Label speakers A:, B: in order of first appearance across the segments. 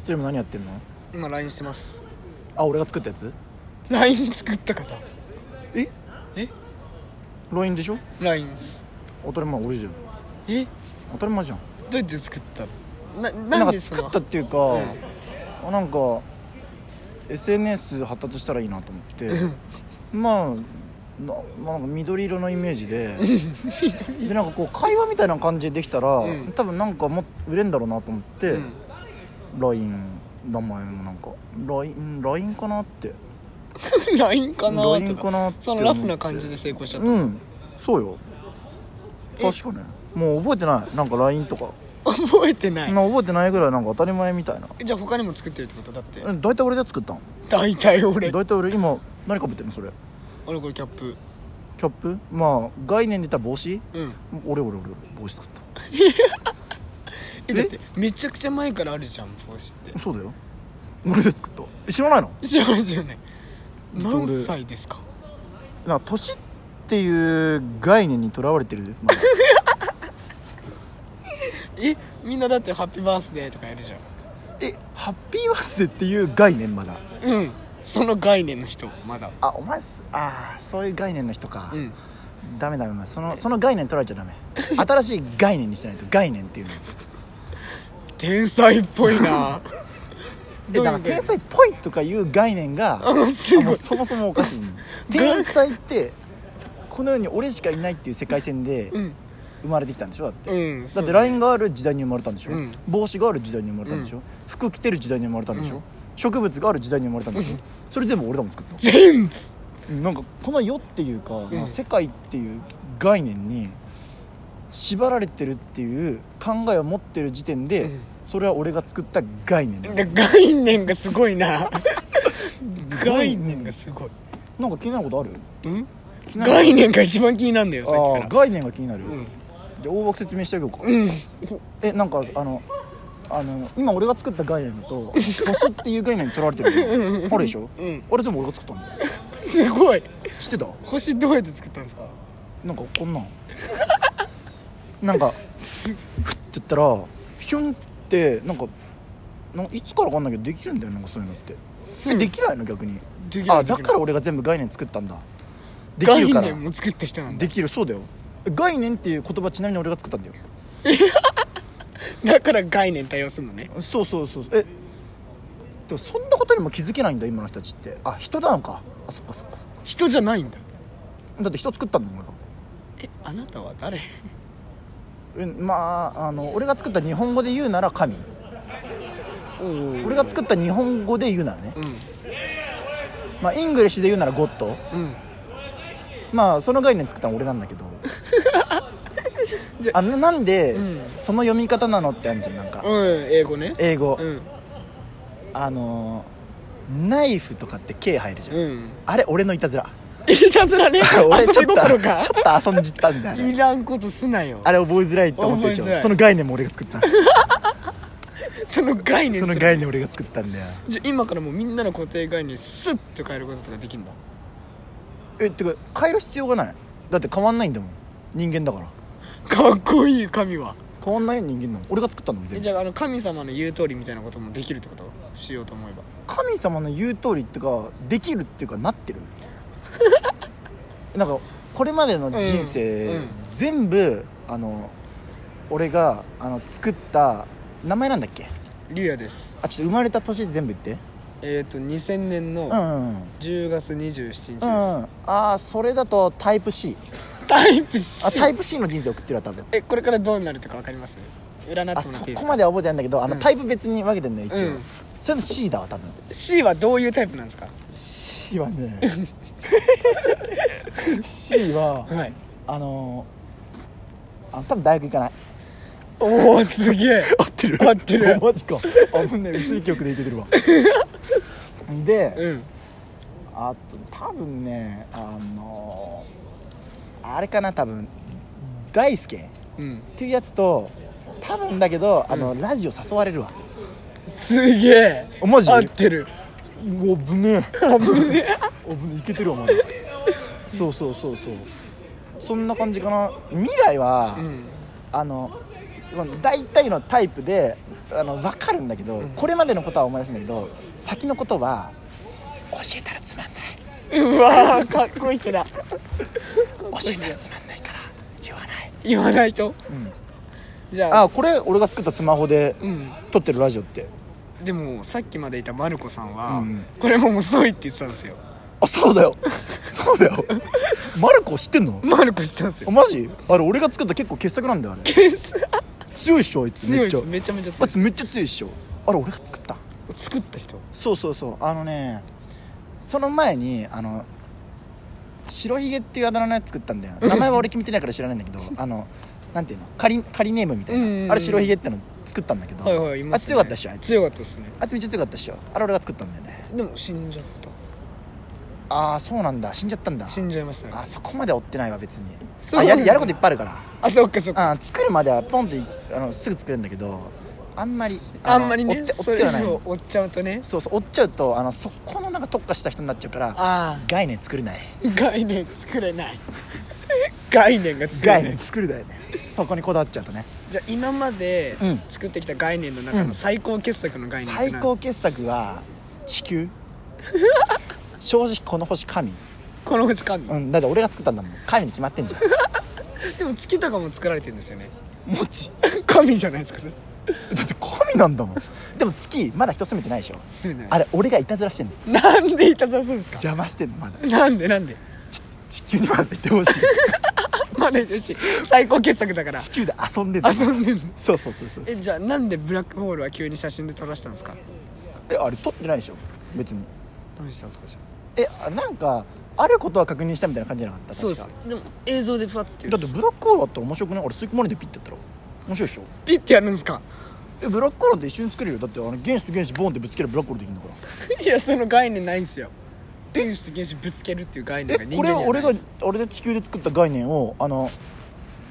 A: それも何やってんの
B: 今 LINE してます
A: あ俺が作ったやつ
B: LINE 作った方
A: え
B: え
A: LINE でしょ
B: LINE です
A: 当たり前俺じゃん
B: えど
A: 当たり前じゃん
B: うやって作ったのな
A: な
B: なんん
A: か
B: でその
A: 作ったっていうか、あなんか SNS 発達したらいいなと思 ってまあなまあ、なんか緑色のイメージで でなんかこう会話みたいな感じでできたら、
B: ん
A: 多分なんかもっと売れんだろうなと思って、
B: うん
A: LINE 名前もなんか LINE, LINE かなって
B: LINE かなと
A: LINE かなって思って
B: そのラフな感じで成功しちゃった、
A: うんそうよ
B: え
A: 確かねもう覚えてないなんか LINE とか、
B: 覚えてない、
A: まあ覚えてないぐらいなんか当たり前みたいな
B: じゃあ他にも作ってるってことだって
A: うん大体俺で作ったん
B: 大体俺
A: 大体俺今何かぶってんのそれ
B: 俺これキャップ
A: キャップまあ概念で言ったら帽子
B: うん
A: 俺俺俺俺帽子作った
B: えだってめちゃくちゃ前からあるじゃん帽子って
A: そうだよ俺で作ったえ知らないの
B: 知らない知らない
A: それ
B: 何歳ですか
A: なんか年っていう概念にとらわれてる、まだ
B: えみんなだってハッピーバースデーとかやるじゃん
A: えハッピーバースデーっていう概念まだ
B: うんその概念の人まだ
A: あお前すああそういう概念の人か、
B: うん
A: ダメダメダメそのその概念取られちゃダメ新しい概念にしないと概念っていうの
B: 天才っぽいな
A: え
B: どうい
A: だから
B: う概
A: 天
B: 念
A: 才っぽいとかいう概念が
B: あすごい
A: あのそもそもおかしいの天才ってこの世に俺しかいないっていう世界線で
B: うん
A: 生まれてきたんでしょだって、
B: うん
A: だ
B: そ
A: っ
B: う
A: て
B: ね
A: LINE がある時代に生まれたんでしょ、
B: うん
A: 帽子がある時代に生まれたんでしょ、服着てる時代に生まれたんでしょ、植物がある時代に生まれたんでしょ、それ全部俺らも作った
B: 全部
A: なんかこの世っていうか、まあ世界っていう概念に縛られてるっていう考えを持ってる時点で、
B: うん
A: それは俺が作った概念だ
B: だ概念がすご いな概念がすごい
A: なんか気になることある
B: うん
A: 気になる
B: 概念が一番気になるんだよさっ
A: あ
B: き
A: ー
B: から
A: 概念が気になる、
B: うん
A: じゃあ大枠説明してあげようか、
B: うん
A: えなんかあのあの今俺が作った概念だと年っていう概念に取られてるのあるでしょ、
B: うん
A: あれ全部俺が作ったんだよ
B: すごい
A: 知ってた
B: 星どうやって作ったんですか
A: なんかこんなんなんか
B: す
A: ふって言ったらヒュンってなんかなんかいつからかわかんないけどできるんだよなんかそういうのって
B: す
A: えできないの逆に
B: できな
A: あ
B: いできな
A: だ
B: い
A: から俺が全部概念作ったんだでき
B: 概
A: るから
B: 念も作った人なんだ
A: できるそうだよ概念っていう言葉ちなみに俺が作ったんだよ
B: だから概念対応するのね
A: そうそうそうえでもそんなことにも気づけないんだ今の人たちってあ人なのかあそっかそっかそっか
B: 人じゃないんだ
A: だって人作ったんだもん俺が
B: えあなたは誰
A: うんまああの俺が作った日本語で言うなら神
B: おお
A: 俺が作った日本語で言うならね
B: うん
A: まあイングリッシュで言うならゴッド
B: うん
A: まあその概念作ったの俺なんだけど
B: じゃ
A: あななんで、
B: ん
A: その読み方なのってあるじゃんなんか
B: うん英語ね
A: 英語、
B: うん
A: あのーナイフとかって K 入るじゃん、
B: うん
A: あれ俺のいたずら
B: いたずらね
A: 俺ちょっ
B: 遊び心
A: と
B: か
A: ちょっと遊んじったんだよあれ
B: いらんことすなよ
A: あれ覚えづらいって思ってるでし
B: 覚えづら
A: ょ
B: い
A: その概念も俺が作った
B: その概念
A: その
B: する
A: 概念俺が作ったんだよ
B: じゃあ今からもうみんなの固定概念スッと変えることとかできんだ
A: えってか変える必要がないだって変わんないんだもん人間だから
B: かっこいい神は
A: 変わんないよ人間なの俺が作ったんだもん
B: え
A: 全部
B: じゃああの神様の言う通りみたいなこともできるってことしようと思えば
A: 神様の言う通りってかできるっていうかなってるなんかこれまでの人生、
B: うんうん
A: 全部あの俺があの作った名前なんだっけ
B: リュウヤです
A: あちょっと生まれた年全部言って
B: えっ、と2000年
A: う
B: の
A: んうんうん
B: 10月27日です、
A: うんうんああそれだとタイプ C
B: タイプ
A: あ
B: C
A: タイプ C の人生送ってるわ多分
B: えこれからどうなるとかわかります占ってもら
A: あ
B: っ
A: そ
B: ていいで
A: こ
B: す
A: ま
B: か
A: では覚えてないんだけどあの、
B: うん
A: タイプ別に分けてんのよ一応、
B: うん
A: それの C だわ多分
B: C はどういうタイプなんですか
A: C はね C は
B: はい
A: あのー、あ多分大学行かない
B: おおすげえ
A: 合ってる
B: 合ってる
A: マジか危ねえ薄い曲でいけてるわで
B: うん
A: あと多分ねあのー、あれかな多分大輔っ
B: うん
A: ていうやつと多分だけどあの、ラジオ誘われるわ
B: すげえ
A: おマジ
B: 合ってる
A: おぶねえぶねえぶねえいけてるわまだそうそうそうそうそんな感じかな未来は、
B: うん
A: あのこの大体のタイプであの分かるんだけど、これまでのことは思い出すんだけど先のことは教えたらつまんないう
B: わーかっこいい人だ
A: 教えたらつまんないから言わない
B: 言わないと、じゃあ
A: あこれ俺が作ったスマホで
B: うん
A: 撮ってるラジオって
B: でもさっきまでいたマルコさんは、
A: うん
B: これも遅いって言ってたんですよ
A: あそうだよそうだ よマルコ知ってんの
B: マルコ知ってたんです
A: あ
B: よ
A: マジあれ俺が作った結構傑作なんだよあれ強いっしょあいつ
B: 強
A: め
B: い
A: っち
B: で
A: ゃ
B: すめちゃめちゃ
A: あ
B: 強
A: い
B: い
A: つめっちゃ強いっしょあれ俺が作った
B: 作った人
A: そうそうそうあのねその前にあの白ひげっていうあだ名のやつ作ったん だよ名前は俺決めてないから知らないんだけどあのなんていうの仮仮ネームみたい
B: うんうんう
A: なんあれ白ひげっての作ったんだけど、
B: はいはいいま
A: あ
B: すね
A: 強かったっしょあいつ
B: 強かったですね
A: あいつめっちゃ強かったっしょあれ俺が作ったんだよね
B: でも死んじゃった
A: ああそうなんだ死んじゃったんだ
B: 死んじゃいましたね
A: あそこまで追ってないわ別に
B: そう
A: あ
B: なんだ
A: やるやることいっぱいあるから
B: あそっかそっか
A: あ作るまではポンっていあのすぐ作れるんだけどあんまり
B: あ
A: の
B: んまり
A: 追
B: ね
A: って追
B: そ
A: って
B: れ
A: はない
B: を追っちゃうとね
A: そうそう追っちゃうとあのそこのなんか特化した人になっちゃうから
B: あ
A: 概念作れない
B: あ概念作れない概念が作れない
A: 概念 作るだよねそこにこだわっちゃうとね
B: じゃあ今まで
A: うん
B: 作ってきた概念の中
A: うん
B: の最高傑作の概念って
A: 最
B: 何
A: 高傑作は地球 正直この星神、
B: この星神、
A: うん、だって俺が作ったんだもん神に決まってんじゃん
B: でも月とかも作られてるんですよね
A: もち
B: 神じゃないですかそして
A: だって神なんだもんでも月まだ人住めてないでしょ
B: 住めな
A: あ
B: い
A: れ俺がいたずらしてんの
B: なんでいたさそうですか
A: 邪魔してんのまだ
B: なんでなん で
A: ち地球にまだいてほしい
B: まだいてるし最高傑作だから
A: 地球で遊んでんの
B: 遊んでんの
A: そうそうそうそう
B: えじゃあなんでブラックホールは急に写真で撮らしたんですか
A: えあれ撮ってないでしょ別に
B: 何したんですかじゃあ
A: えあなんかあることは確認したみたいな感じじゃなかった
B: そうです
A: 確か
B: でも映像でふわって
A: だってブラックホールあったら面白くない俺吸い込まれてピッてやったら面白いでしょ
B: ピッてやるんですか
A: えブラックホールって一緒に作れるよだってあの原子と原子ボンってぶつけるブラックホールできるんだから
B: いやその概念ないんすよ天使と原子ぶつけるっていう概念が
A: え
B: 人
A: これ
B: 間に
A: は
B: はな
A: 俺
B: い
A: が
B: です
A: 俺で地球で作った概念をあの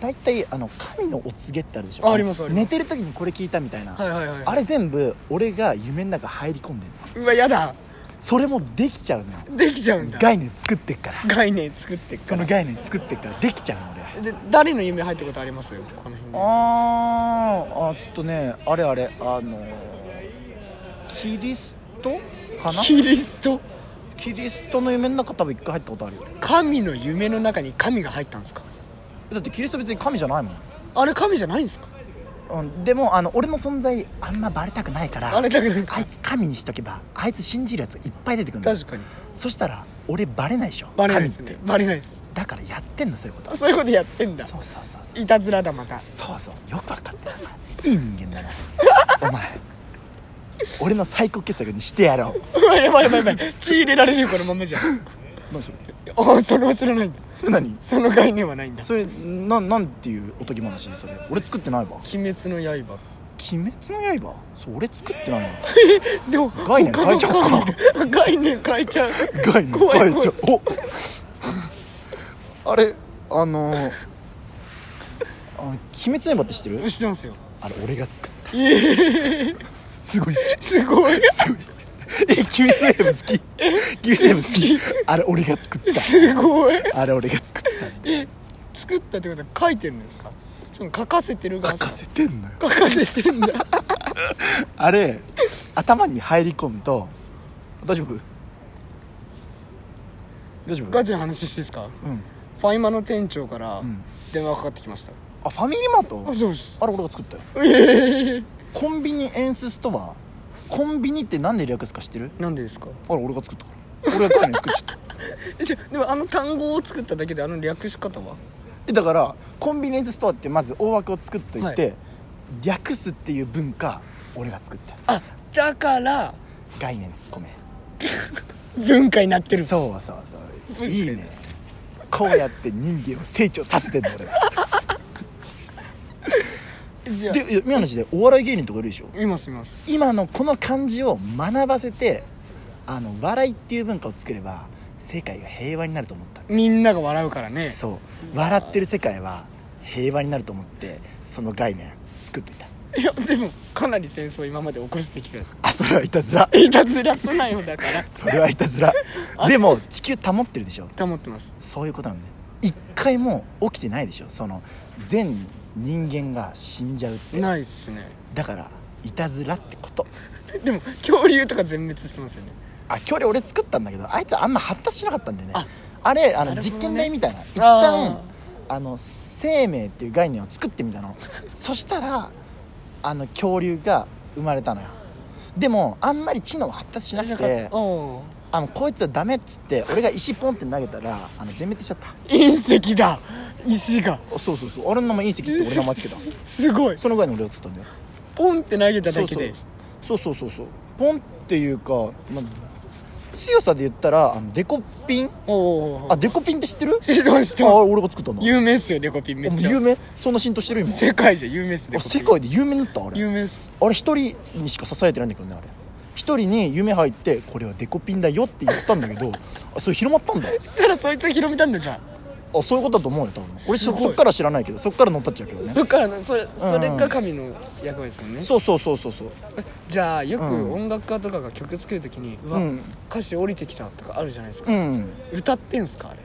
A: 大体あの神のお告げってあるでしょ
B: あありますあります
A: 寝てる時にこれ聞いたみたいな、
B: はいはいはい
A: あれ全部俺が夢の中入り込んでんの
B: うわやだ
A: それもできちゃうのよ
B: できちゃうんだ
A: 概念作ってっから
B: 概念作ってっか
A: そ
B: ら
A: の概念作ってっからできちゃうの俺は
B: で誰の夢入ったことありますよこの辺で
A: あーあとねあれあれあのキリストかな
B: キリスト
A: キリストの夢の中多分一回入ったことあるよ
B: 神の夢の中に神が入ったんですか
A: だってキリスト別に神じゃないもん
B: あれ神じゃないんですか
A: うん、でもあの俺の存在あんまバレたくないから
B: バレたくないか
A: あいつ神にしとけばあいつ信じるやついっぱい出てくるんだ
B: 確かに
A: そしたら俺バレないでしょ
B: バレないです
A: 神
B: ね
A: って
B: バレないです
A: だからやってんのそういうこと
B: あそういうことやってんだ
A: そうそうそうそう
B: いたずらだまた
A: そうそうよくわかったいい人 間だなお前俺の最高傑作にしてやろう
B: う わやばいやばいやばい血入れられるよこのま まじゃ
A: 何それ
B: あそれは知らないんだ
A: それ何
B: その概念はないんだ
A: それななんていうおとぎ話それ俺作ってないわ
B: 鬼滅の刃
A: 鬼滅の刃そう俺作ってないの
B: でも
A: 概念変えちゃおうか
B: 他の概念変えちゃう
A: 害の
B: 怖い
A: 害
B: 怖
A: ちゃ
B: いう
A: おあれあのー、あの鬼滅の刃って知ってる
B: 知ってますよ
A: あれ俺が作ったすごいっしょ
B: すごい
A: すごいえ鬼滅の刃好き鬼滅の刃好きあれ俺が作っ
B: すごい
A: たあれ俺が作っ
B: え作ったってことは書いてるんですかその書かせてる
A: た
B: 側
A: 書かせてんのよ
B: 書かせてんだ
A: あれ頭に入り込むと大丈夫大丈夫
B: ガチの話していいです
A: う
B: か
A: ん
B: ファイマの店長から
A: ん
B: 電話かかってきました、
A: あファミリーマート
B: あそうです
A: あれ俺が作ったよコンビニエンスストアコンビニってなんで略すか知ってる
B: なんでですか
A: あれ俺が作ったから俺が概念作っ ちゃった
B: えじゃでもあの単語を作っただけであの略し方は
A: えだからコンビニエンスストアってまず大枠を作っといて、
B: は
A: 略すっていう文化俺が作った
B: あだから
A: 概念突っ込め
B: 文化になってる
A: そうそうそう
B: 文化
A: いいねこうやって人間を成長させてんの俺は
B: じゃあ
A: でいや宮梨でお笑い芸人とかいるでしょ
B: いますいます
A: 今のこの感じを学ばせてあの笑いっていう文化を作れば世界が平和になると思った
B: みんなが笑うからね
A: そう笑ってる世界は平和になると思ってその概念作っていた
B: いやでもかなり戦争今まで起こしてきたやつ
A: あそれはいたずら
B: いたずらすなよだ から
A: それはいたずらでも地球保ってるでしょ
B: 保ってます
A: そういうことなんだよ一回も起きてないでしょその全人間が死んじゃうって
B: ないっすね
A: だからいたずらってこと
B: でも恐竜とか全滅してますよね
A: あ恐竜俺作ったんだけどあいつあんま発達しなかったんでねあ
B: あ
A: れあの、
B: なるほどね
A: 実験台みたいな一
B: あ
A: 旦あの生命っていう概念を作ってみた のそしたらあの恐竜が生まれたのよでもあんまり知能は発達しなくて
B: うん
A: あのこいつはダメっつって俺が石ポンって投げたらあの全滅しちゃった
B: 隕石だ石が
A: あそうそうそう俺の名前隕石って俺の名前つけた
B: すごい
A: そのぐらいの俺を作ったんだよ
B: ポンって投げただけで
A: そうそうそうそうそうそうポンっていうか、まあ、強さで言ったらあのデコピン
B: おお
A: あデコピンって知ってる
B: 知ってます知って
A: あ
B: ます
A: 俺が作ったんだ
B: 有名っすよデコピンめっちゃ
A: 有名そんな浸透してる今
B: 世界じゃ有名っすデ
A: あ
B: コピン
A: 世界で有名になったあれ
B: 有名っす
A: あれ一人にしか支えてないんだけどねあれ一人に夢入ってこれはデコピンだよって言ったんだけど あそれ広まったんだ
B: そしたらそいつが広めたんだじゃん
A: あそういうことだと思うよ多分俺
B: す
A: そ
B: ごい
A: そっから知らないけどそっから乗っ取っちゃうけどね
B: そっからのそれそれが神の役割ですもんね
A: そうそうそうそうそう
B: じゃあよく
A: うん
B: 音楽家とかが曲作るときに、うわ
A: うん
B: 歌詞降りてきたとかあるじゃないですか、
A: うん
B: 歌ってんすかあれ、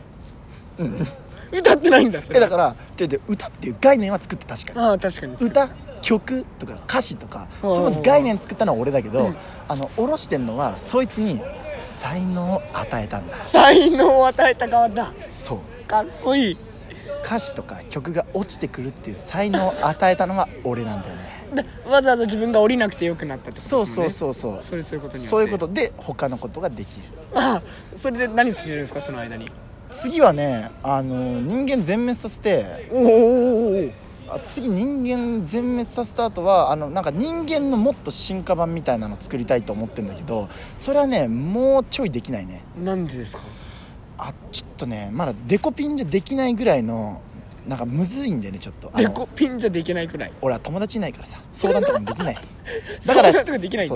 B: 歌ってないんだそれ
A: えだから違う違う歌っていう概念は作って確かに
B: ああ確かに
A: 歌曲とか歌詞とか
B: うん
A: その概念作ったのは俺だけど、あの下ろしてんのはそいつに才能を与えたんだ
B: 才能を与えた側だ
A: そう
B: かっこいい
A: 歌詞とか曲が落ちてくるっていう才能を与えたのは俺なんだよね
B: だわざわざ自分が降りなくてよくなったってことですも
A: そ
B: ん
A: う
B: ね
A: そうそうそう
B: それすることによって
A: そういうことで他のことができる
B: ああそれで何してるんですかその間に
A: 次はねあの人間全滅させて
B: おおおお
A: あ次人間全滅させた後はあのなんか人間のもっと進化版みたいなの作りたいと思ってんだけどそれはねもうちょいできないね
B: なんでですか
A: あちょっとねまだデコピンじゃできないぐらいのなんかむずいんだよねちょっとあの
B: デコピンじゃできないくらい
A: 俺は友達いないからさ相談とかもできない
B: 相談とかできないん
A: そう
B: だ